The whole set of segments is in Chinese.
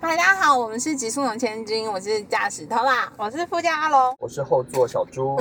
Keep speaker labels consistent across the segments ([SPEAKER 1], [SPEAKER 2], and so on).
[SPEAKER 1] 嗨，大家好，我们是极速农千金，我是驾驶头啦，
[SPEAKER 2] 我是副驾阿龙，
[SPEAKER 3] 我是后座小猪。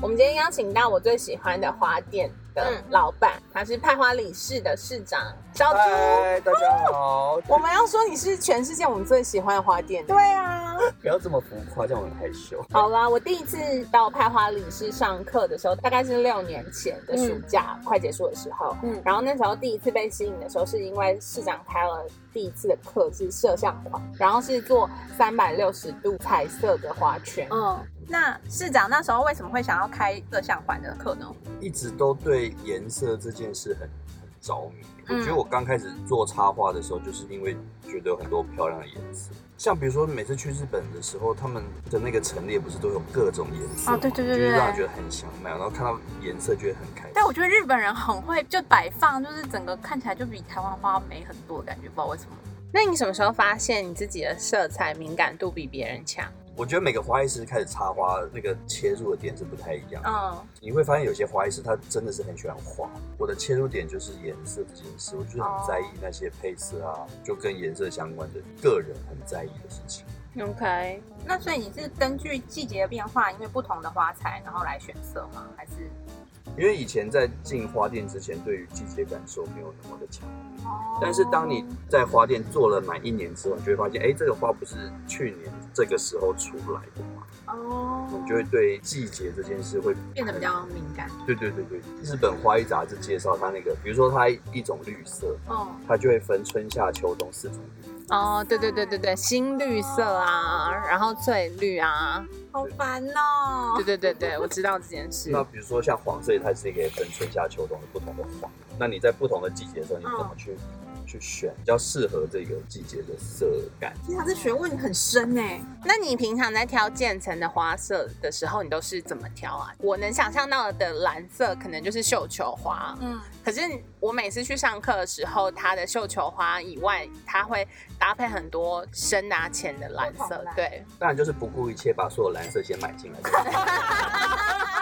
[SPEAKER 1] 我们今天邀请到我最喜欢的花店的老板，他是派花理事的市长小猪。
[SPEAKER 3] 嗨，大家好！
[SPEAKER 1] 我们要说你是全世界我们最喜欢的花店。
[SPEAKER 2] 对啊，
[SPEAKER 3] 不要这么浮夸，这样我很害羞。
[SPEAKER 1] 好啦，我第一次到派花理事上课的时候，大概是六年前的暑假、快结束的时候。
[SPEAKER 2] 嗯
[SPEAKER 1] 然后那时候第一次被吸引的时候，是因为市长开了第一次的课是摄像馆，然后是做三百六十度彩色的花圈。
[SPEAKER 2] 嗯，那市长那时候为什么会想要开摄像馆的课呢？
[SPEAKER 3] 一直都对颜色这件事很很着迷。
[SPEAKER 2] 嗯
[SPEAKER 3] 我觉得我刚开始做插画的时候，就是因为觉得有很多漂亮的颜色。像比如说每次去日本的时候，他们的那个陈列不是都有各种颜色吗，
[SPEAKER 2] 哦对对对
[SPEAKER 3] 就是让人
[SPEAKER 2] 对
[SPEAKER 3] 觉得很想买，然后看到颜色觉得很开心。
[SPEAKER 2] 但我觉得日本人很会就摆放，就是整个看起来就比台湾花美很多，感觉不知道为什么。
[SPEAKER 1] 那你什么时候发现你自己的色彩敏感度比别人强？
[SPEAKER 3] 我觉得每个花艺师开始插花那个切入的点是不太一样的。
[SPEAKER 2] 嗯，
[SPEAKER 3] 你会发现有些花艺师他真的是很喜欢花。我的切入点就是颜色这件事，我就是很在意那些配色啊，就跟颜色相关的，个人很在意的事情。
[SPEAKER 1] OK，
[SPEAKER 2] 那所以你是根据季节的变化，因为不同的花材，然后来选色吗？还是？
[SPEAKER 3] 因为以前在进花店之前，对于季节感受没有那么的强，但是当你在花店做了满一年之后，你就会发现，哎，这个花不是去年这个时候出来的嘛，
[SPEAKER 2] 哦，
[SPEAKER 3] 你就会对季节这件事会
[SPEAKER 2] 变得比较敏感。
[SPEAKER 3] 对对对对。日本花艺杂志介绍它那个，比如说它一种绿色，
[SPEAKER 2] 嗯，
[SPEAKER 3] 它就会分春夏秋冬四种绿色。
[SPEAKER 1] 哦，对对对对对，新绿色啊，然后翠绿啊，
[SPEAKER 2] 好烦哦
[SPEAKER 1] 对。对对对，我知道这件事。
[SPEAKER 3] 那比如说像黄色，它是可以分春夏秋冬的不同的花。那你在不同的季节的时候，你怎
[SPEAKER 1] 嗯
[SPEAKER 3] 么去、去选比较适合这个季节的色感？
[SPEAKER 2] 其实他这学问很深哎、
[SPEAKER 1] 那你平常在挑渐层的花色的时候，你都是怎么挑啊？我能想象到的蓝色可能就是绣球花，
[SPEAKER 2] 嗯，
[SPEAKER 1] 可是我每次去上课的时候，它的绣球花以外，它会搭配很多深啊浅的蓝
[SPEAKER 2] 不
[SPEAKER 1] 色
[SPEAKER 2] 同蓝，
[SPEAKER 1] 对，
[SPEAKER 3] 当然就是不顾一切把所有蓝色先买进来。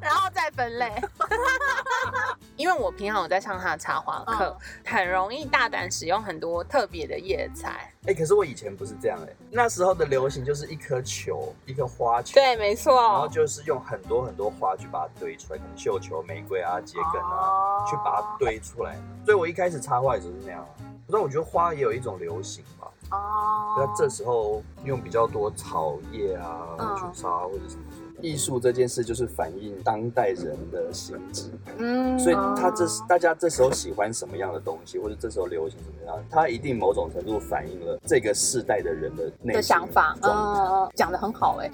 [SPEAKER 1] 然后再分类。 因为我平常有在上他的插花课，很容易大胆使用很多特别的叶材。
[SPEAKER 3] 哎、可是我以前不是这样哎、那时候的流行就是一颗球，一个花球。
[SPEAKER 1] 对，哦没
[SPEAKER 3] 然后
[SPEAKER 1] 错。
[SPEAKER 3] 就是用很多很多花去把它堆出来，可能绣球、玫瑰啊、桔梗啊，
[SPEAKER 2] 哦
[SPEAKER 3] 去把它堆出来。所以我一开始插花也就是那样啊。不然我觉得花也有一种流行吧，
[SPEAKER 2] 哦
[SPEAKER 3] 那这时候用比较多草叶啊、
[SPEAKER 2] 嗯
[SPEAKER 3] 去插或者什么。艺术这件事就是反映当代人的心智，
[SPEAKER 1] 嗯
[SPEAKER 3] 所以他这大家这时候喜欢什么样的东西，或者这时候流行什么样的，他一定某种程度反映了这个世代的人的内心
[SPEAKER 2] 的想法，
[SPEAKER 3] 状态。
[SPEAKER 2] 嗯，讲的很好哎、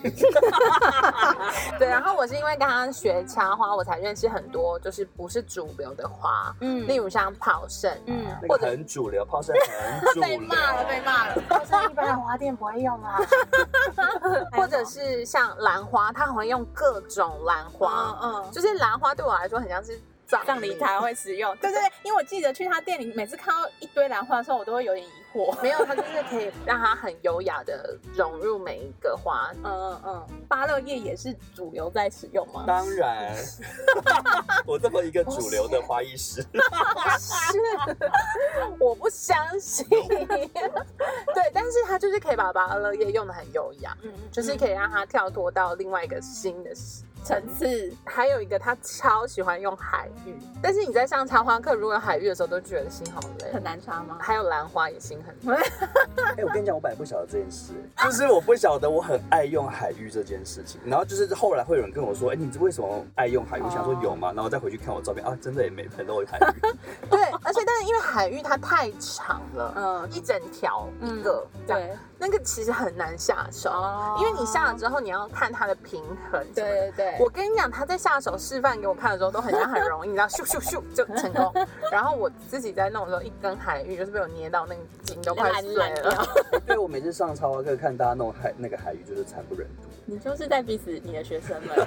[SPEAKER 1] 对，然后我是因为跟他学插花，我才认识很多就是不是主流的花，
[SPEAKER 2] 嗯
[SPEAKER 1] 例如像泡盛，
[SPEAKER 2] 嗯，
[SPEAKER 3] 那个很主流， 泡菜很主
[SPEAKER 1] 被
[SPEAKER 3] 流，
[SPEAKER 1] 骂了被骂了，
[SPEAKER 2] 但是一般的花店不会用啊 啦，
[SPEAKER 1] 或者是像兰花，他会用各种兰花，
[SPEAKER 2] 嗯
[SPEAKER 1] 就是兰花对我来说很像是
[SPEAKER 2] 葬礼才会使用，对对对，因为我记得去他店里，每次看到一堆兰花的时候，我都会有点疑惑。
[SPEAKER 1] 没有，它就是可以让它很优雅的融入每一个花。
[SPEAKER 2] 嗯嗯嗯，芭乐叶也是主流在使用吗？
[SPEAKER 3] 当 然， 我这么一个主流的花艺师，
[SPEAKER 1] 是， 我不相信。对，但是它就是可以把芭乐叶用的很优雅，
[SPEAKER 2] 嗯嗯，
[SPEAKER 1] 就是可以让它跳脱到另外一个新的层次。还有一个，他超喜欢用海芋，但是你在上插花课，如果有海芋的时候，都觉得心好累。
[SPEAKER 2] 很难插吗？
[SPEAKER 1] 还有兰花也心很累。
[SPEAKER 3] 哎、我跟你讲，我本来不晓得这件事，就是我不晓得我很爱用海芋这件事情。然后就是后来会有人跟我说，哎、你为什么爱用海芋？我想说
[SPEAKER 2] 哦
[SPEAKER 3] 有吗？然后我再回去看我照片啊，真的也没很多海芋。
[SPEAKER 1] 对，而且但是因为海芋它太长了，
[SPEAKER 2] 嗯，
[SPEAKER 1] 一整条一个、这样，
[SPEAKER 2] 对，
[SPEAKER 1] 那个其实很难下手。
[SPEAKER 2] 哦
[SPEAKER 1] 因为你下了之后，你要看它的平衡。
[SPEAKER 2] 对。对对，
[SPEAKER 1] 我跟你讲，他在下手示范给我看的时候，都很像很容易，你知道，咻咻咻就成 功。然后我自己在弄的时候，一根海芋就是被我捏到那个筋都快碎
[SPEAKER 2] 烂烂
[SPEAKER 1] 了。
[SPEAKER 3] 对，我每次上插花课看大家弄海那个海芋，就是惨不忍睹。
[SPEAKER 2] 你就是在逼死你的学生 们。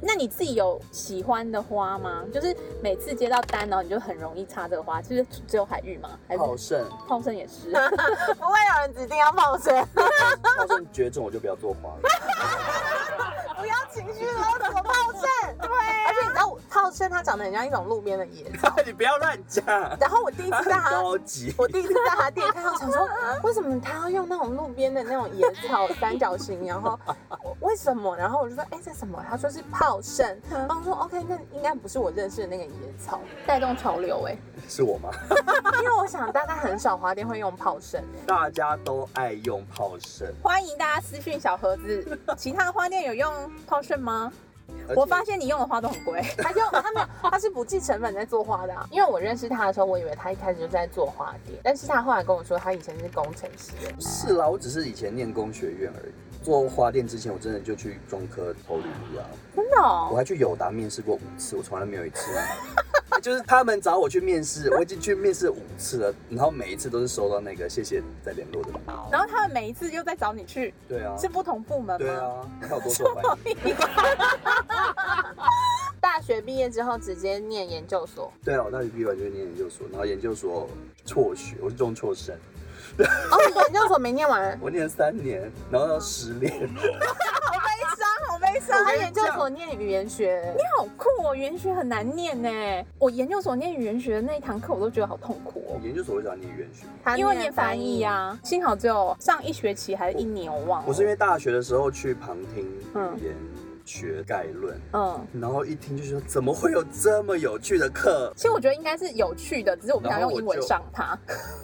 [SPEAKER 2] 那你自己有喜欢的花吗？就是每次接到单，然后你就很容易插这个花，就是只有海芋吗？还是
[SPEAKER 3] 好胜，
[SPEAKER 2] 泡盛也 是？
[SPEAKER 1] 不会有人指定要放生，
[SPEAKER 3] 好胜绝种，我就不要做花了。
[SPEAKER 1] 啊不要情绪勒索炮盛。对、而且你知道，炮盛它长得很像一种路边的野草。
[SPEAKER 3] 你不要乱 讲，
[SPEAKER 1] 然后我第一
[SPEAKER 3] 它
[SPEAKER 2] 啊
[SPEAKER 1] 次
[SPEAKER 3] 很
[SPEAKER 1] 在它，
[SPEAKER 3] 高级。
[SPEAKER 1] 我第一次在它店看到，想说为什么它要用那种路边的那种野草三角形？然后我为什么？然后我就说，哎、这什么？他说是 泡盛。然后我说 OK，那应该不是我认识的那个野草，
[SPEAKER 2] 带动潮流哎、
[SPEAKER 3] 是我吗？
[SPEAKER 1] 因为我想大概很少花店会用泡盛、欸。
[SPEAKER 3] 大家都爱用炮声，
[SPEAKER 2] 欢迎大家私讯小盒子。其他花店有用泡盛吗？
[SPEAKER 3] 而且
[SPEAKER 2] 我发现你用的花都很贵。
[SPEAKER 1] 他就他没有，他是不计成本在做花的、啊。因为我认识他的时候，我以为他一开始就在做花店，但是他后来跟我说，他以前是工程师。
[SPEAKER 3] 不是啦，我只是以前念工学院而已。做花店之前，我真的就去中科投履历啊，
[SPEAKER 2] 真的、
[SPEAKER 3] 我
[SPEAKER 2] 哦？
[SPEAKER 3] 还去友达面试过五次，我从来没有一次。 就是他们找我去面试，我已经去面试五次了，然后每一次都是收到那个谢谢再联络的。
[SPEAKER 2] 然后他们每一次又在找你去，
[SPEAKER 3] 对啊，
[SPEAKER 2] 是不同部门吗？
[SPEAKER 3] 对啊，你看我多受 欢迎。
[SPEAKER 1] 大学毕业之后直接念研究所，
[SPEAKER 3] 对啊，我大学毕业完就念研究所，然后研究所辍学，我是中辍生，
[SPEAKER 1] 哦，你研究所没念 完，
[SPEAKER 3] 我念了三年，然后要失 恋。
[SPEAKER 2] 好悲伤，好悲伤。
[SPEAKER 1] 他研究所念语言学，
[SPEAKER 2] 你好酷哦，语言学很难念呢。我研究所念语言学的那一堂课，我都觉得好痛苦
[SPEAKER 3] 我
[SPEAKER 2] 哦。
[SPEAKER 3] 研究所为啥念语言学？
[SPEAKER 1] 他
[SPEAKER 2] 因为念翻译呀、啊，幸好只有上一学期还是一年，我忘了。
[SPEAKER 3] 我是因为大学的时候去旁听语言学概论，
[SPEAKER 2] 嗯，
[SPEAKER 3] 然后一听就觉得怎么会有这么有趣的课？
[SPEAKER 2] 其实我觉得应该是有趣的，只是我不想
[SPEAKER 3] 然后
[SPEAKER 2] 用
[SPEAKER 3] 我
[SPEAKER 2] 英文
[SPEAKER 3] 就
[SPEAKER 2] 上它。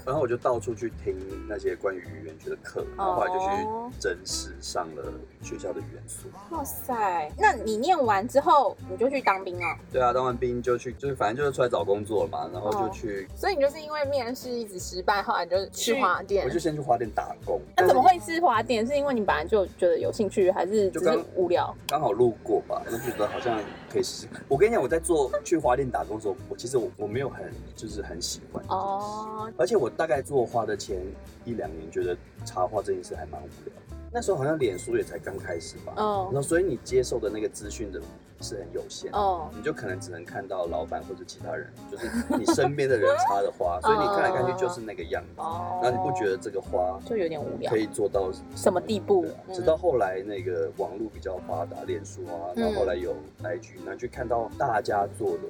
[SPEAKER 3] 然后我就到处去听那些关于语言学的课，然后后来
[SPEAKER 2] 哦
[SPEAKER 3] 就去真试上了学校的语言所。
[SPEAKER 2] 哇塞，那你念完之后你就去当兵哦？
[SPEAKER 3] 对啊，当完兵就去，就是反正就是出来找工作了嘛，然后
[SPEAKER 2] 哦
[SPEAKER 3] 就去，
[SPEAKER 1] 所以你就是因为面试一直失败，后来你就去花
[SPEAKER 3] 我
[SPEAKER 1] 店
[SPEAKER 3] 就。先去花店打工。
[SPEAKER 2] 那啊怎么
[SPEAKER 3] 但是
[SPEAKER 2] 会是花店？是因为你本来就觉得有兴趣，还是只
[SPEAKER 3] 就是刚
[SPEAKER 2] 无聊？
[SPEAKER 3] 刚好路过吧？我就觉得好像可以试试。我跟你讲，我在做去花店打工的时候，我其实我我没有很就是很喜欢这件事
[SPEAKER 2] 哦，
[SPEAKER 3] 而且我大概做花的前一两年，觉得插花这件事还蛮无聊。那时候好像脸书也才刚开始吧，然
[SPEAKER 2] 哦，
[SPEAKER 3] 后所以你接受的那个资讯的是很有限，
[SPEAKER 2] 哦，
[SPEAKER 3] 你就可能只能看到老板或者其他人，就是你身边的人插 的花，所以你看来看去就是那个样子，
[SPEAKER 2] 哦
[SPEAKER 3] 然后你不觉得这个花
[SPEAKER 2] 嗯就有点无聊
[SPEAKER 3] 可？以做到
[SPEAKER 2] 什么地步
[SPEAKER 3] 对啊
[SPEAKER 2] 嗯
[SPEAKER 3] 直到后来那个网络比较发达，脸书啊，然后后来
[SPEAKER 2] 嗯
[SPEAKER 3] 有 IG，那就看到大家做的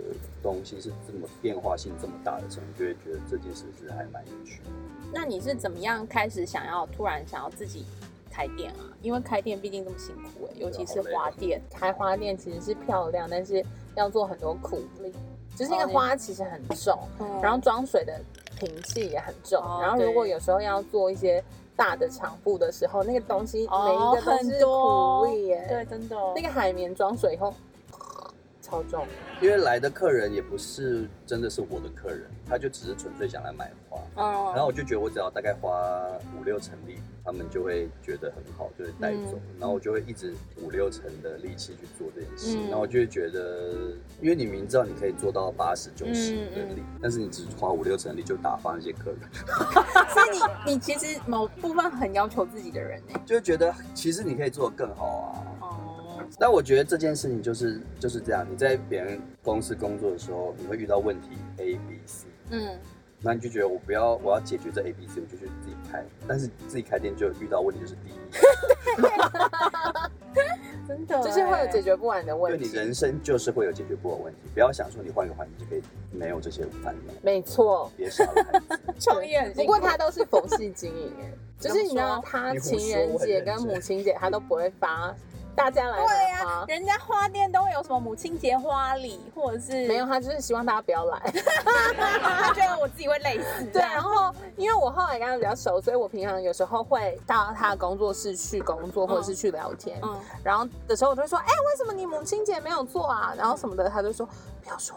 [SPEAKER 3] 东西是这么变化性这么大的时候，你就会觉得这件事是还蛮有趣的。
[SPEAKER 2] 那你是怎么样开始想要突然想要自己开店啊？因为开店毕竟这么辛苦哎、尤其是花店。
[SPEAKER 1] 开花店其实是漂亮，但是要做很多苦力，就是那个
[SPEAKER 2] 哦
[SPEAKER 1] 花其实很重，然
[SPEAKER 2] 然
[SPEAKER 1] 后
[SPEAKER 2] 后
[SPEAKER 1] 装水的瓶器也很重，
[SPEAKER 2] 哦
[SPEAKER 1] 然后如果
[SPEAKER 2] 对
[SPEAKER 1] 有时候要做一些大的场布的时候，那个东西每
[SPEAKER 2] 哦
[SPEAKER 1] 一个都
[SPEAKER 2] 很
[SPEAKER 1] 是
[SPEAKER 2] 多
[SPEAKER 1] 苦力耶。
[SPEAKER 2] 对，真的哦
[SPEAKER 1] 那个海绵装水以后超重，
[SPEAKER 3] 因为来的客人也不是真的是我的客人，他就只是纯粹想来买花。
[SPEAKER 2] 哦
[SPEAKER 3] 然后我就觉得我只要大概花五六成力，他们就会觉得很好，就会带走。
[SPEAKER 2] 嗯
[SPEAKER 3] 然后我就会一直五六成的力气去做这件事。
[SPEAKER 2] 嗯
[SPEAKER 3] 然后我就会觉得，因为你明知道你可以做到八十九十
[SPEAKER 2] 嗯
[SPEAKER 3] 的力，但是你只花五六成力就打发那些客人，
[SPEAKER 2] 所以你你其实某部分很要求自己的人哎、
[SPEAKER 3] 就会觉得其实你可以做得更好啊。
[SPEAKER 2] 哦，
[SPEAKER 3] 但我觉得这件事情就是就是这样，你在别人公司工作的时候，你会遇到问题 A、B、C。
[SPEAKER 2] 嗯，
[SPEAKER 3] 那你就觉得我不要，我要解决这 A B C，我就去自己开。但是自己开店就遇到问题就是第一，
[SPEAKER 2] 真的、
[SPEAKER 1] 就是会有解
[SPEAKER 2] 决。
[SPEAKER 1] 决不完的
[SPEAKER 3] 因为
[SPEAKER 1] 问
[SPEAKER 3] 你
[SPEAKER 1] 题。
[SPEAKER 3] 人生就是会有解决不完问题。不要想说你换个环境就可以没有这些烦恼，
[SPEAKER 1] 没错，
[SPEAKER 3] 别傻了孩子。
[SPEAKER 2] 创业很
[SPEAKER 1] 不
[SPEAKER 2] 辛苦
[SPEAKER 1] 过他都是佛系经营耶， 就是你知道他
[SPEAKER 3] 你胡说
[SPEAKER 1] 情人节跟母亲节他都不会发，大家来
[SPEAKER 2] 对
[SPEAKER 1] 买
[SPEAKER 2] 呀、
[SPEAKER 1] 花。
[SPEAKER 2] 人家花店都会有什么母亲节花礼，或者是
[SPEAKER 1] 没有，，他就是希望大家不要来。
[SPEAKER 2] 他觉得我自己会累死。
[SPEAKER 1] 对，啊然后因为我后来跟他比较熟，所以我平常有时候会到他的工作室去工作，或者是去聊天。
[SPEAKER 2] 嗯，
[SPEAKER 1] 然后的时候，我就会说：“哎、为什么你母亲节没有做啊？”然后什么的，他就说：“不要说，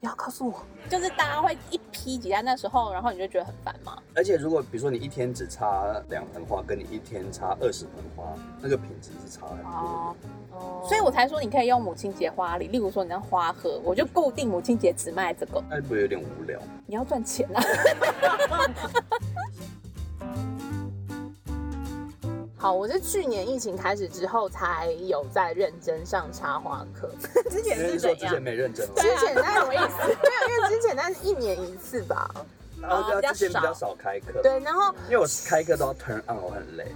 [SPEAKER 1] 不要告诉我。
[SPEAKER 2] 就是大家会一批挤在那时候，然后你就觉得很烦嘛。
[SPEAKER 3] 而且如果比如说你一天只插两盆花，跟你一天插二十盆花，那个品质是差很多的。
[SPEAKER 2] 哦，”
[SPEAKER 1] 哦
[SPEAKER 2] 所以我才说你可以用母亲节花礼，例如说你那花盒，我就固定母亲节只卖这个，
[SPEAKER 3] 那不会有点无聊？
[SPEAKER 2] 你要赚钱啊。
[SPEAKER 1] 好，我是去年疫情开始之后才有在认真上插花课，
[SPEAKER 2] 之
[SPEAKER 3] 因为你说之前？没认真哦，
[SPEAKER 4] 啊
[SPEAKER 1] 之前那什么意思？ 没有，因为之前那是一年一次吧。
[SPEAKER 3] 然后啊
[SPEAKER 2] 哦比较
[SPEAKER 3] 之前比较
[SPEAKER 2] 少
[SPEAKER 3] 少开课，
[SPEAKER 1] 对，然后
[SPEAKER 2] 嗯
[SPEAKER 3] 因为我开课都要 turn on，我很累。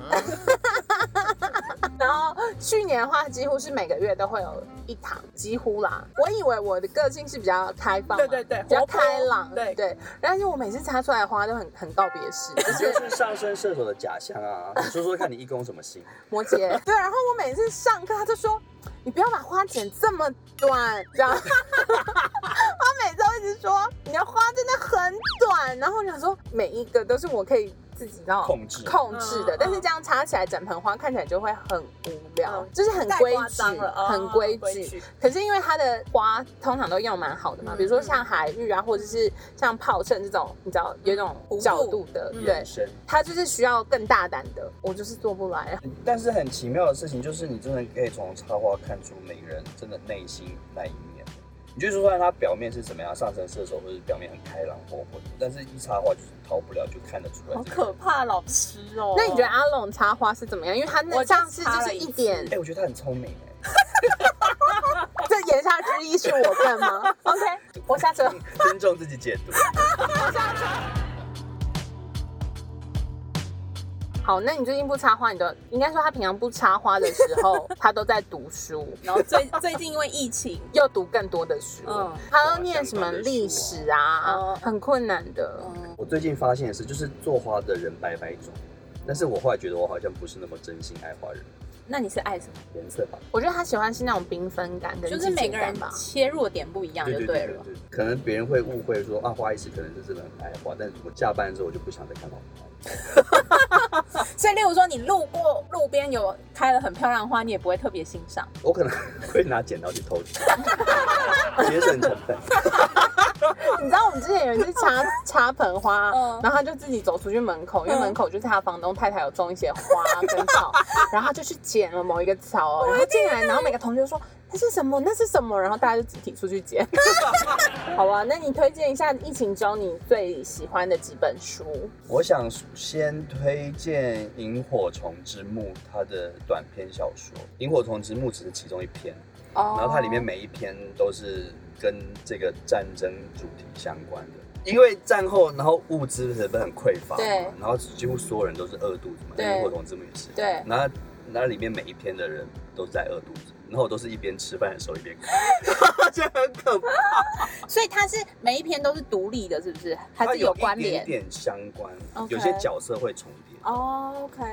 [SPEAKER 1] 然后去年的话，几乎是每个月都会有一堂，几乎啦。我以为我的个性是比较开放嘛，
[SPEAKER 4] 对对对
[SPEAKER 1] 比较
[SPEAKER 4] 活泼
[SPEAKER 1] 开朗，
[SPEAKER 4] 对
[SPEAKER 1] 对。但是我每次插出来的花都很很告别式，就
[SPEAKER 3] 这
[SPEAKER 1] 是
[SPEAKER 3] 就是上升射手的假象啊！你说说看你一宫什么星？
[SPEAKER 1] 摩 羯。对，然后我每次上课，他就说：“你不要把花剪这么短。”这样， 他每次都一直说：“你的花真的很短。”然后我想说，每一个都是我可以自己让
[SPEAKER 3] 控制
[SPEAKER 1] 控制的
[SPEAKER 4] 嗯，
[SPEAKER 1] 但是这样插起来，整盆花看起来就会很无聊
[SPEAKER 4] 嗯，
[SPEAKER 1] 就是很
[SPEAKER 4] 太
[SPEAKER 1] 规
[SPEAKER 4] 夸
[SPEAKER 1] 矩
[SPEAKER 4] 张了，哦
[SPEAKER 1] 很规
[SPEAKER 4] 规
[SPEAKER 1] 矩
[SPEAKER 4] 矩。
[SPEAKER 1] 可是因为它的花通常都用蛮好的嘛，
[SPEAKER 4] 嗯
[SPEAKER 1] 比如说像海芋啊，或者是像炮盛这种，你知道有一种
[SPEAKER 4] 弧度
[SPEAKER 1] 角度的，
[SPEAKER 4] 嗯
[SPEAKER 1] 对
[SPEAKER 3] 延，伸。
[SPEAKER 1] 它就是需要更大胆的，我就是做不来。
[SPEAKER 3] 但是很奇妙的事情就是，你真的可以从插画看出每个人真的内心那一面。你就说看他表面是怎么样，上升射手或者表面很开朗活泼，但是一插画就是逃不了，就看得出来。
[SPEAKER 2] 好可怕，老师哦。
[SPEAKER 1] 那你觉得阿龙插花是怎么样？因为他那
[SPEAKER 4] 我就
[SPEAKER 1] 上次就是一点
[SPEAKER 3] 哎、，我觉得他很聪明哎、
[SPEAKER 1] 这言下之意是我 笨吗？OK，我下车。
[SPEAKER 3] 尊重自己解读。
[SPEAKER 1] 好，那你最近不插花，你的应该说他平常不插花的时 候，他都在读书，
[SPEAKER 2] 然后最最近因为疫情，
[SPEAKER 1] 又读更多的书。
[SPEAKER 2] 嗯
[SPEAKER 1] 他要念什么历史啊
[SPEAKER 2] 嗯，
[SPEAKER 1] 很困难的。
[SPEAKER 2] 嗯，
[SPEAKER 3] 我最近发现的是，就是做花的人百百种，但是我后来觉得我好像不是那么真心爱花人，
[SPEAKER 2] 那你是爱什么？
[SPEAKER 3] 颜色吧。
[SPEAKER 1] 我觉得他喜欢是那种缤纷感跟
[SPEAKER 2] 就是每个人
[SPEAKER 1] 季节感吧。
[SPEAKER 2] 切入的点不一样就对
[SPEAKER 3] 对对
[SPEAKER 2] 了。
[SPEAKER 3] 对，可能别人会误会说啊，花艺师可能是真的很爱花，但是我下班之后我就不想再看到花。
[SPEAKER 2] 所以，例如说你路过路边有开了很漂亮的花，你也不会特别欣赏。
[SPEAKER 3] 我可能会拿剪刀去偷吃，节省成本。
[SPEAKER 1] 你知道我们之前有一次插插盆花，
[SPEAKER 2] 嗯
[SPEAKER 1] 然后他就自己走出去门口，因为
[SPEAKER 2] 嗯
[SPEAKER 1] 门口就是他房东太太有种一些花跟草，然后他就去捡了某一个草，哦然后进来，然后每个同学说那是什么，那是什么，然后大家就集体出去捡。好吧，那你推荐一下疫情中你最喜欢的几本书？
[SPEAKER 3] 我想先推荐《萤火虫之墓》它的短篇小说，《萤火虫之墓》只是其中一篇，
[SPEAKER 1] 哦
[SPEAKER 3] 然后它里面每一篇都是跟这个战争主题相关的。因为战后，然后物资是不是很匮乏嘛？
[SPEAKER 2] 对
[SPEAKER 3] 然后几乎所有人都是饿肚子嘛，
[SPEAKER 2] 对
[SPEAKER 3] 萤火虫之墓也是。
[SPEAKER 2] 对
[SPEAKER 3] 那那里面每一篇的人都在饿肚子，然后我都是一边吃饭的时候一边 看，这很可怕。
[SPEAKER 2] 所以它是每一篇都是独立的，是不是？还
[SPEAKER 3] 它
[SPEAKER 2] 是有关
[SPEAKER 3] 一点
[SPEAKER 2] 联？
[SPEAKER 3] 点相关
[SPEAKER 2] OK
[SPEAKER 3] 有些角色会重叠。
[SPEAKER 1] 哦，OK，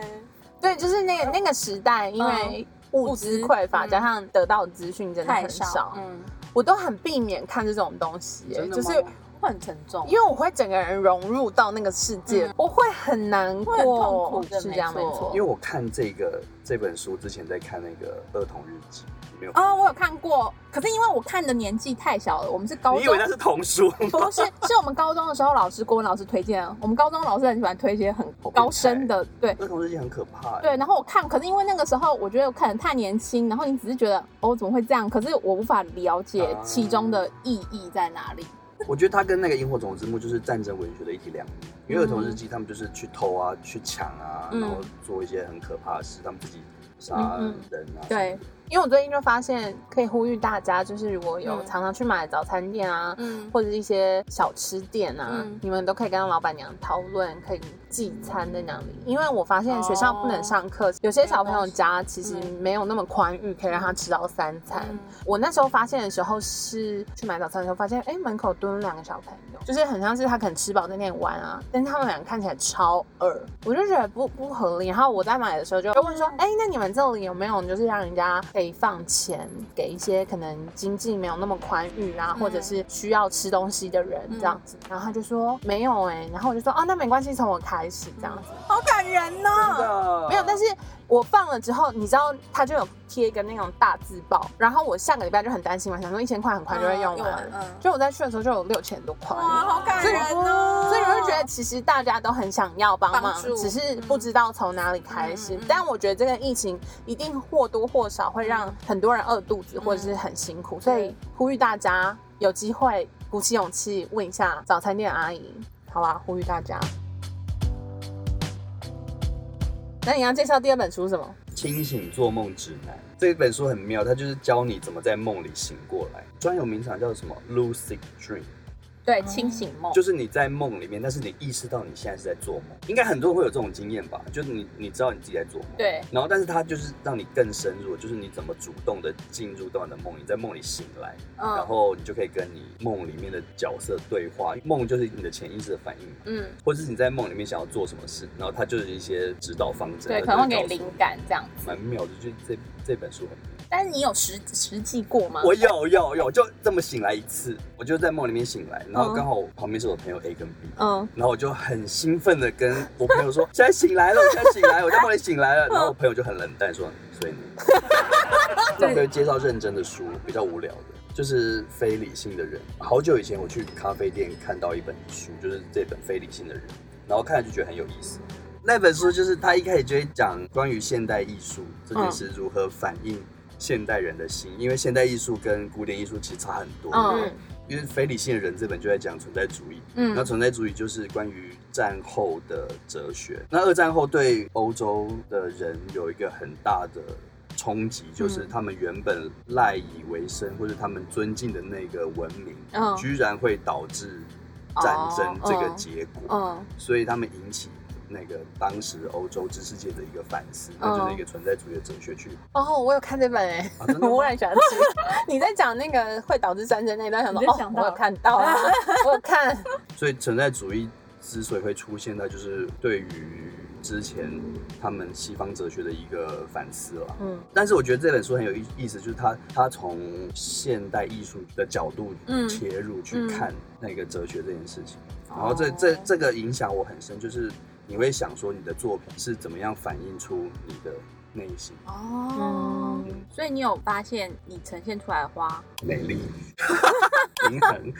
[SPEAKER 1] 对，就是那个那个时代，因为物资匮乏，
[SPEAKER 2] 嗯
[SPEAKER 1] 加上得到资讯真的很少，
[SPEAKER 2] 嗯，
[SPEAKER 1] 我都很避免看这种东西、欸
[SPEAKER 3] 真的
[SPEAKER 1] 就
[SPEAKER 3] 吗
[SPEAKER 1] 是
[SPEAKER 2] 会很沉重
[SPEAKER 1] 因。为我会整个人融入到那个世界，
[SPEAKER 2] 嗯
[SPEAKER 1] 我会很难过，
[SPEAKER 2] 会很痛苦
[SPEAKER 1] 是
[SPEAKER 2] 的
[SPEAKER 1] 这样没
[SPEAKER 2] 没错
[SPEAKER 1] 错
[SPEAKER 3] 因为。我看这个这本书之前在看那个《儿童日记》，你没有？
[SPEAKER 2] 哦，我有看过，可是因为我看的年纪太小哦了，我们是高
[SPEAKER 3] 你以为
[SPEAKER 2] 中，
[SPEAKER 3] 那是童书吗？
[SPEAKER 2] 不是，是我们高中的时候，老师国文老师推荐啊，我们高中老师很喜欢推荐很高深的，对
[SPEAKER 3] 儿童日记很可怕、欸。
[SPEAKER 2] 对。然后我看，可是因为那个时候我觉得我可能太年轻，然后你只是觉得哦怎么会这样，可是我无法了解
[SPEAKER 3] 啊
[SPEAKER 2] 其中的意义在哪里。
[SPEAKER 3] 我觉得它跟那个《萤火虫之墓》就是战争文学的一体两面。因为《儿童日记》他们就是去偷啊、去抢啊，
[SPEAKER 2] 嗯
[SPEAKER 3] 然后做一些很可怕的事，他们自己杀
[SPEAKER 1] 嗯
[SPEAKER 3] 人啊。
[SPEAKER 2] 对，
[SPEAKER 1] 因为我最近就发现，可以呼吁大家，就是如果有
[SPEAKER 2] 嗯
[SPEAKER 1] 常常去买早餐店啊，
[SPEAKER 2] 嗯，
[SPEAKER 1] 或者是一些小吃店啊，
[SPEAKER 2] 嗯
[SPEAKER 1] 你们都可以跟老板娘讨论，可以寄餐在哪里。因为我发现学校不能上
[SPEAKER 2] 嗯
[SPEAKER 1] 课，有些小朋友家其实没有那么宽裕，可以让他吃到三餐。
[SPEAKER 2] 嗯
[SPEAKER 1] 我那时候发现的时候是去买早餐的时候，发现哎、诶门口蹲了两个小朋友，就是很像是他可能吃饱在那里玩啊，但是他们两个看起来超饿，我就觉得不不合理。然后我在买的时候就问说，哎、那你们这里有没有就是让人家可以放钱给一些可能经济没有那么宽裕啊，
[SPEAKER 2] 嗯
[SPEAKER 1] 或者是需要吃东西的人
[SPEAKER 2] 嗯
[SPEAKER 1] 这样子？然后他就说没有哎、诶然后我就说啊，那没关系，从我开始这样子。
[SPEAKER 2] 好感人哦呢、
[SPEAKER 3] 真的
[SPEAKER 1] 没有，但是我放了之后，你知道它就有贴一个那种大字报，然后我下个礼拜就很担心嘛，想说一千块很快就会用
[SPEAKER 2] 嗯用
[SPEAKER 1] 完
[SPEAKER 2] 完，嗯
[SPEAKER 1] 就我在去的时候就有六千多块。
[SPEAKER 2] 哇，好感
[SPEAKER 1] 所以，
[SPEAKER 2] 人哦！
[SPEAKER 1] 所以我就觉得，其实大家都很想要帮忙
[SPEAKER 2] 帮，助嗯
[SPEAKER 1] 只是不知道从哪里开始。
[SPEAKER 2] 嗯嗯嗯
[SPEAKER 1] 但我觉得这个疫情一定或多或少会
[SPEAKER 2] 嗯
[SPEAKER 1] 让很多人饿肚子，或者是很辛苦，所以呼吁大家有机会鼓起勇气问一下早餐店阿姨，好吧？呼吁大家。那你要介绍第二本书是什么？
[SPEAKER 3] 清醒做梦指南这本书很妙，它就是教你怎么在梦里醒过来。专有名词叫什么 lucid dream，
[SPEAKER 2] 对，清醒梦
[SPEAKER 3] 就是你在梦里面，但是你意识到你现在是在做梦，应该很多人会有这种经验吧？就是你你知道你自己在做梦，
[SPEAKER 2] 对，
[SPEAKER 3] 然后但是它就是让你更深入，就是你怎么主动的进入到你的梦，你在梦里醒来，然
[SPEAKER 2] 嗯
[SPEAKER 3] 后你就可以跟你梦里面的角色对话，梦就是你的潜意识的反应嘛，
[SPEAKER 2] 嗯，
[SPEAKER 3] 或者是你在梦里面想要做什么事，然后它就是一些指导方针，啊
[SPEAKER 2] 对，可能会给灵，感这样子。
[SPEAKER 3] 蛮妙的，就是这这本书很妙。
[SPEAKER 2] 但是你有实实际过吗？
[SPEAKER 3] 我有有有，就这么醒来一次，我就在梦里面醒来，然后刚好我旁边是我朋友 A 跟 B，
[SPEAKER 2] 嗯，
[SPEAKER 3] 然后我就很兴奋的跟我朋 友说：“现在醒来了，我现在醒来了，我在梦里醒来
[SPEAKER 2] 嗯
[SPEAKER 3] 了。”然后我朋友就很冷淡说：“ 所以呢？”那我可以介绍认真的书，比较无聊的，就是《非理性的人》。好久以前我去咖啡店看到一本书，就是这本《非理性的人》，然后看了就觉得很有意思。那本书就是他一开始就会讲关于现代艺术这件事如何反映现代人的心，因为现代艺术跟古典艺术其实差很多。
[SPEAKER 2] 嗯
[SPEAKER 3] 因为《非理性的人》这本就在讲存在主义，
[SPEAKER 2] 嗯
[SPEAKER 3] 那存在主义就是关于战后的哲学。那二战后对欧洲的人有一个很大的冲击，就是
[SPEAKER 2] 嗯
[SPEAKER 3] 他们原本赖以为生或者他们尊敬的那个文明，
[SPEAKER 2] 嗯
[SPEAKER 3] 居然会导致战争
[SPEAKER 2] 哦
[SPEAKER 3] 这个
[SPEAKER 2] 嗯
[SPEAKER 3] 结果，
[SPEAKER 1] 哦
[SPEAKER 2] 嗯
[SPEAKER 3] 所以他们引起。那个当时欧洲知识界的一个反思，那
[SPEAKER 2] 嗯
[SPEAKER 3] 就是一个存在主义的哲学去。
[SPEAKER 1] 哦，我有看这本哎、
[SPEAKER 3] 啊真 的吗
[SPEAKER 1] 我忽然想起，你在讲那个会导致战争那一段，想说
[SPEAKER 2] 你就想
[SPEAKER 1] 哦，
[SPEAKER 2] 到
[SPEAKER 1] 我有看到啊，我有看，
[SPEAKER 3] 所以存在主义之所以会出现，它就是对于之前他们西方哲学的一个反思了。
[SPEAKER 1] 嗯，
[SPEAKER 3] 但是我觉得这本书很有意意思，就是它它从现代艺术的角度
[SPEAKER 2] 嗯
[SPEAKER 3] 切入去
[SPEAKER 2] 嗯哦
[SPEAKER 3] 看那个哲学这件事情，然后这这这个影响我很深，就是你会想说你的作品是怎么样反映出你的内心
[SPEAKER 2] 哦，
[SPEAKER 1] 嗯
[SPEAKER 2] 所以你有发现你呈现出来的花，
[SPEAKER 3] 美丽平衡。
[SPEAKER 1] 因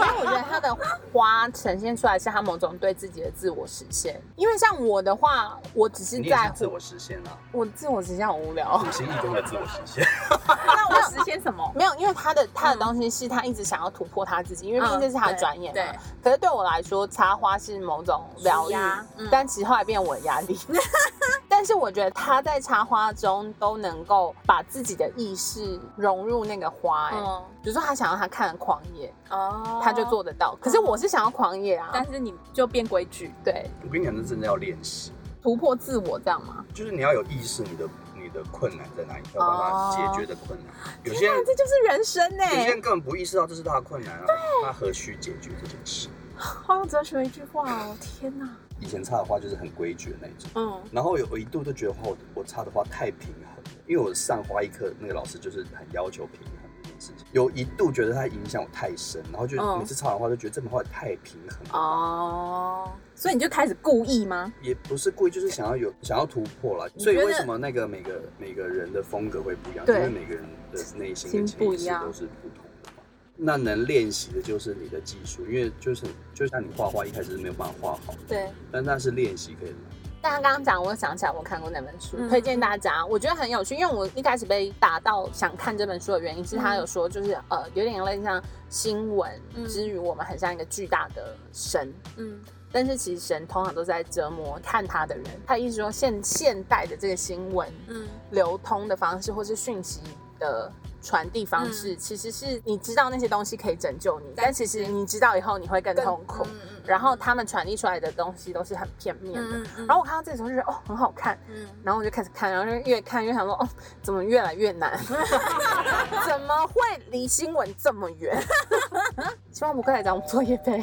[SPEAKER 1] 为我觉得他的花呈现出来是他某种对自己的自我实现，因为像我的话，我只是
[SPEAKER 3] 你也
[SPEAKER 1] 在
[SPEAKER 3] 是自
[SPEAKER 1] 乎
[SPEAKER 3] 我实现啊，
[SPEAKER 1] 我自我实现很无聊，
[SPEAKER 3] 苦行义工的自我实现。
[SPEAKER 2] 那我实现什么？
[SPEAKER 1] 没有，因为他的他的东西是他一直想要突破他自己，因为毕竟这是他的专业嘛。
[SPEAKER 2] 对，
[SPEAKER 1] 可是对我来说，插花是某种疗愈
[SPEAKER 2] 舒压嗯，
[SPEAKER 1] 但其实后来变我的压力。 但是我觉得他在插花中都能够把自己的意识融入那个花、欸，
[SPEAKER 2] 嗯
[SPEAKER 1] 比如说他想要他看狂野，
[SPEAKER 2] 哦，
[SPEAKER 1] 他就，做得到。可是我是想要狂野啊，
[SPEAKER 2] 但是你就变规矩，
[SPEAKER 1] 对，
[SPEAKER 3] 我跟你讲，这真的要练习。
[SPEAKER 1] 突破自我这样嘛。
[SPEAKER 3] 就是你要有意识你的你的困难在哪里，要把它解决的困难。有些人
[SPEAKER 1] 哦天哪这就是人生呢、
[SPEAKER 2] 欸
[SPEAKER 3] 有些人根本不意识到这是他的困难啊，那何须解决这件事？
[SPEAKER 2] 好有哲学的一句话哦，天哪，
[SPEAKER 3] 以前插的花就是很规矩的那一种，
[SPEAKER 2] 嗯
[SPEAKER 3] 然后有我一度就觉得哇，我我插的花太平衡了，因为我上花艺课那个老师就是很要求平衡这件事情，有一度觉得他影响我太深，然后就
[SPEAKER 2] 嗯
[SPEAKER 3] 每次插完花就觉得这盆花也太平衡了。
[SPEAKER 2] 哦，所以你就开始故意吗？
[SPEAKER 3] 也不是故意，就是想要有想要突破了，
[SPEAKER 2] 你
[SPEAKER 3] 所以
[SPEAKER 2] 觉得
[SPEAKER 3] 为什么那个每个每个人的风格会不一样？因
[SPEAKER 2] 对
[SPEAKER 3] 为每个人的内心
[SPEAKER 2] 心
[SPEAKER 3] 跟潜
[SPEAKER 2] 不
[SPEAKER 3] 意
[SPEAKER 2] 一
[SPEAKER 3] 识
[SPEAKER 2] 样
[SPEAKER 3] 都是不同的嘛。那能练习的就是你的技术，因为就是就像你画画一开始是没有办法画好，
[SPEAKER 1] 对。
[SPEAKER 3] 但那是练习可以来。
[SPEAKER 1] 大家刚刚讲，我想起来我看过那本书，
[SPEAKER 2] 嗯
[SPEAKER 1] 推荐大家，我觉得很有趣。因为我一开始被打到想看这本书的原因是，他有说就是、呃，有点类似像新闻
[SPEAKER 2] 嗯
[SPEAKER 1] 之于我们很像一个巨大的神，
[SPEAKER 2] 嗯，
[SPEAKER 1] 但是其实神通常都在折磨看他的人。他意思说现现代的这个新闻
[SPEAKER 2] 嗯，
[SPEAKER 1] 流通的方式，或是讯息的。传递方式、其实是你知道那些东西可以拯救你，嗯但其实你知道以后你会更痛苦。
[SPEAKER 2] 嗯
[SPEAKER 1] 然后他们传递出来的东西都是很片面的，
[SPEAKER 2] 嗯
[SPEAKER 1] 然后我看到这里的时候就觉得哦很好看，
[SPEAKER 2] 嗯，
[SPEAKER 1] 然后我就开始看，然后就越看越想说哦怎么越来越难，怎么会离新闻这么远？ 希望不会来找我们做业配，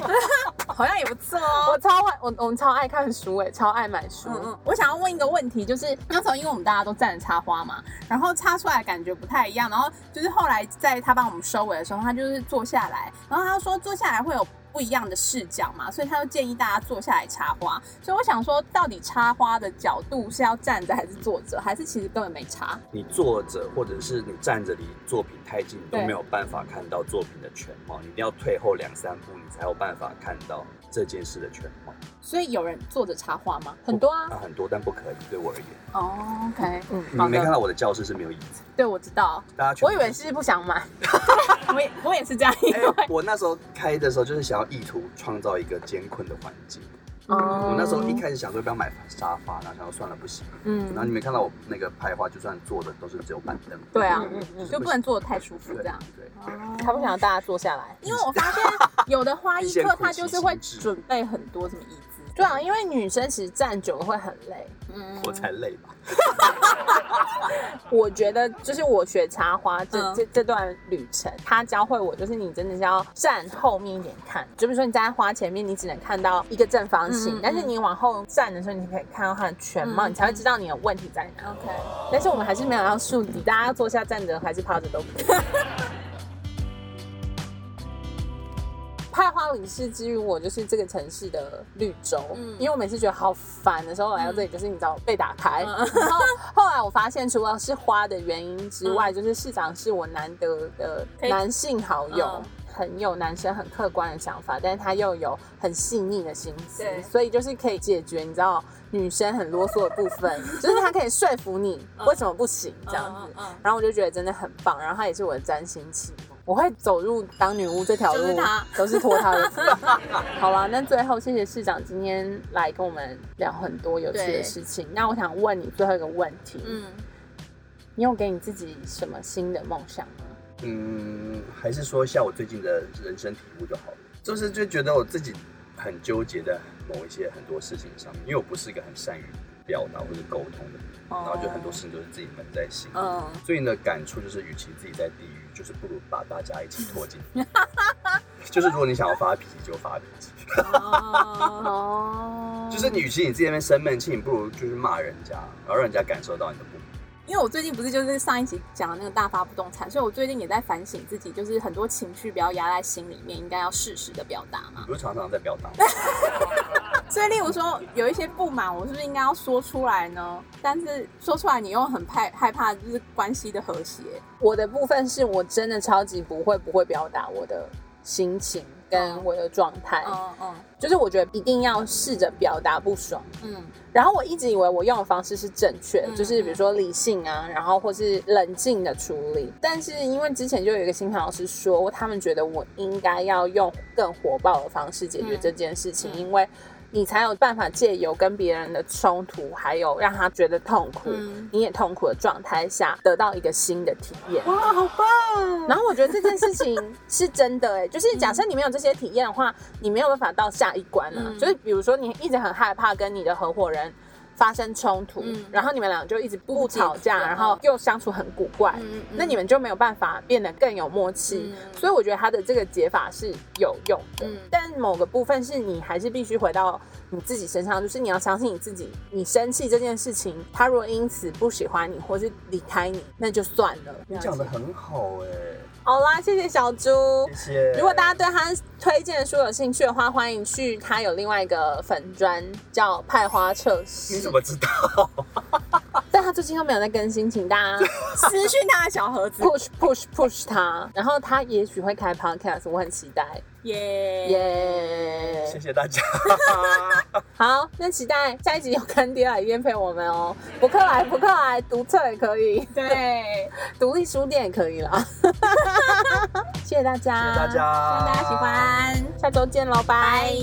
[SPEAKER 2] 好像也不错哦。
[SPEAKER 1] 我超爱我我们超爱看书哎，超爱买书。
[SPEAKER 2] 嗯嗯，我想要问一个问题，就是那时候因为我们大家都站着插花嘛，然后插出来感觉不太一样，然后就是后来在他帮我们收尾的时候，他就是坐下来，然后他说坐下来会有不一样的视角嘛，所以他就建议大家坐下来插花。所以我想说，到底插花的角度是要站着还是坐着，还是其实根本没插？
[SPEAKER 3] 你坐着或者是你站着离作品太近，你都
[SPEAKER 2] 对
[SPEAKER 3] 没有办法看到作品的全貌，你一定要退后两三步，你才有办法看到这件事的全貌。
[SPEAKER 2] 所以有人坐着插花吗？
[SPEAKER 1] 很多啊
[SPEAKER 3] 那，很多，但不可以。对我而言，
[SPEAKER 2] 哦，OK，
[SPEAKER 1] 嗯，
[SPEAKER 3] 你
[SPEAKER 1] 好
[SPEAKER 3] 没看
[SPEAKER 1] 的。
[SPEAKER 3] 到我的教室是没有椅子，
[SPEAKER 2] 对，我知道，
[SPEAKER 3] 大家全
[SPEAKER 1] 我
[SPEAKER 3] 部
[SPEAKER 1] 以
[SPEAKER 3] 都
[SPEAKER 1] 为是不想买，
[SPEAKER 2] 我也我也是这样，因
[SPEAKER 3] 哎
[SPEAKER 2] 为
[SPEAKER 3] 我那时候开的时候，就是想要意图创造一个艰困的环境，
[SPEAKER 1] 哦
[SPEAKER 3] 嗯我那时候一开始想说刚买沙发，然后想说算了不行，然后
[SPEAKER 1] 嗯，
[SPEAKER 3] 你没看到我那个拍花，就算坐的都是只有板凳，
[SPEAKER 2] 对啊
[SPEAKER 1] 嗯嗯嗯
[SPEAKER 2] 就不能坐得太舒服
[SPEAKER 3] 对
[SPEAKER 2] 这样。哦
[SPEAKER 3] 对，
[SPEAKER 1] 他不想让大家坐下来。
[SPEAKER 2] 因为我发现有的花 艺课他就是会准备很多什么椅子，
[SPEAKER 1] 对啊，因为女生其实站久了会很累。
[SPEAKER 2] 嗯
[SPEAKER 3] 我才累吧。
[SPEAKER 1] 我觉得就是我学插花这、
[SPEAKER 2] 嗯
[SPEAKER 1] 这这段旅程，他教会我就是你真的是要站后面一点看，就比如说你站在花前面，你只能看到一个正方
[SPEAKER 2] 嗯
[SPEAKER 1] 形，
[SPEAKER 2] 嗯
[SPEAKER 1] 但是你往后站的时候，你可以看到它的全貌，
[SPEAKER 2] 嗯
[SPEAKER 1] 你才会知道你的问题在哪。
[SPEAKER 2] OK，
[SPEAKER 1] 但是我们还是没有要树敌，大家坐下站着还是趴着都可以。派花理是基于我就是这个城市的绿洲，
[SPEAKER 2] 嗯
[SPEAKER 1] 因为我每次觉得好烦的时候，我来到这里就是你知道被打开，
[SPEAKER 2] 嗯
[SPEAKER 1] 然后后来我发现除了是花的原因之外，就是市长是我难得的
[SPEAKER 2] 嗯可以
[SPEAKER 1] 男性好友。
[SPEAKER 2] 嗯
[SPEAKER 1] 很有男生很客观的想法，但是他又有很细腻的心思
[SPEAKER 2] 对，
[SPEAKER 1] 所以就是可以解决你知道女生很啰嗦的部 分，就是他可以说服你
[SPEAKER 2] 嗯
[SPEAKER 1] 为什么不行这样子。
[SPEAKER 2] 嗯，
[SPEAKER 1] 然后我就觉得真的很棒，然后他也是我的占星期。我会走入当女巫这条路，
[SPEAKER 2] 就是他
[SPEAKER 1] 都是托他的 福。 好啦，那最后谢谢市长今天来跟我们聊很多有趣
[SPEAKER 2] 对
[SPEAKER 1] 的事情。那我想问你最后一个问题，
[SPEAKER 2] 嗯
[SPEAKER 1] 你有给你自己什么新的梦想吗？
[SPEAKER 3] 嗯，还是说一下我最近的人生体悟就好了。就是就觉得我自己很纠结的某一些很多事情上面，因为我不是一个很善于表达或者沟通的人，然后就很多事情都是自己闷在心里。
[SPEAKER 2] 嗯，
[SPEAKER 3] 所以呢，感触就是，与其自己在地狱，就是不如把大家一起拖进。就是如果你想要发脾气，就发脾气。
[SPEAKER 2] 哦
[SPEAKER 1] 哦，
[SPEAKER 3] 就是你，与其你自己在那边生闷气，你不如就是骂人家，然后让人家感受到你的不满。
[SPEAKER 2] 因为我最近不是就是上一集讲的那个大发不动产，所以我最近也在反省自己，就是很多情绪不要压在心里面，应该要适时的表达
[SPEAKER 3] 你
[SPEAKER 2] 嘛。
[SPEAKER 3] 不是常常在表达吗？
[SPEAKER 2] 所以，例如说有一些不满，我是不是应该要说出来呢？但是说出来你又很害害怕，就是关系的和谐。
[SPEAKER 1] 我的部分是我真的超级不会不会表达我的心情跟我的状态，
[SPEAKER 2] 嗯嗯
[SPEAKER 1] 就是我觉得一定要试着表达不爽。
[SPEAKER 2] 嗯
[SPEAKER 1] 然后我一直以为我用的方式是正确的，
[SPEAKER 2] 嗯
[SPEAKER 1] 就是比如说理性啊，然后或是冷静的处理。但是因为之前就有一个星盘老师说，他们觉得我应该要用更火爆的方式解决这件事情，
[SPEAKER 2] 嗯嗯
[SPEAKER 1] 因为你才有办法借由跟别人的冲突，还有让他觉得痛苦，
[SPEAKER 2] 嗯
[SPEAKER 1] 你也痛苦的状态下，得到一个新的体验。
[SPEAKER 2] 哇，啊好棒！
[SPEAKER 1] 然后我觉得这件事情是真的哎、 就是假设你没有这些体验的话，你没有办法到下一关啊。
[SPEAKER 2] 嗯
[SPEAKER 1] 就是比如说你一直很害怕跟你的合伙人发生冲突，
[SPEAKER 2] 嗯
[SPEAKER 1] 然后你们俩就一直不
[SPEAKER 2] 不解决
[SPEAKER 1] 吵架，
[SPEAKER 2] 嗯
[SPEAKER 1] 然后又相处很古怪，
[SPEAKER 2] 嗯
[SPEAKER 1] 那你们就没有办法变得更有默契。
[SPEAKER 2] 嗯
[SPEAKER 1] 所以我觉得他的这个解法是有用的，
[SPEAKER 2] 嗯
[SPEAKER 1] 但某个部分是你还是必须回到你自己身上，就是你要相信你自己。你生气这件事情，他如果因此不喜欢你或是离开你，那就算了。
[SPEAKER 3] 你讲的很好哎、
[SPEAKER 1] 好啦，谢谢小猪。
[SPEAKER 3] 谢谢。
[SPEAKER 1] 哦如果大家对他推荐的书有兴趣的话，欢迎去他有另外一个粉砖叫派花测
[SPEAKER 3] 你
[SPEAKER 1] 试哦
[SPEAKER 3] 怎，么知道？
[SPEAKER 1] 但他最近又没有在更新，请 大家
[SPEAKER 2] 私讯他的小盒 子，
[SPEAKER 1] push push push 他，然后他也许会开 podcast，我很期待，
[SPEAKER 2] 耶
[SPEAKER 1] 耶、
[SPEAKER 3] 嗯谢谢大家。
[SPEAKER 1] 好，那期待下一集有干爹来验配我们哦，博客来博客来，读册也可以，
[SPEAKER 2] 对，
[SPEAKER 1] 独立书店也可以 啦， 嗯谢谢大
[SPEAKER 3] 谢
[SPEAKER 1] 家，
[SPEAKER 3] 谢大家，
[SPEAKER 2] 希望大家喜欢。
[SPEAKER 1] 下周见喽，拜
[SPEAKER 2] 拜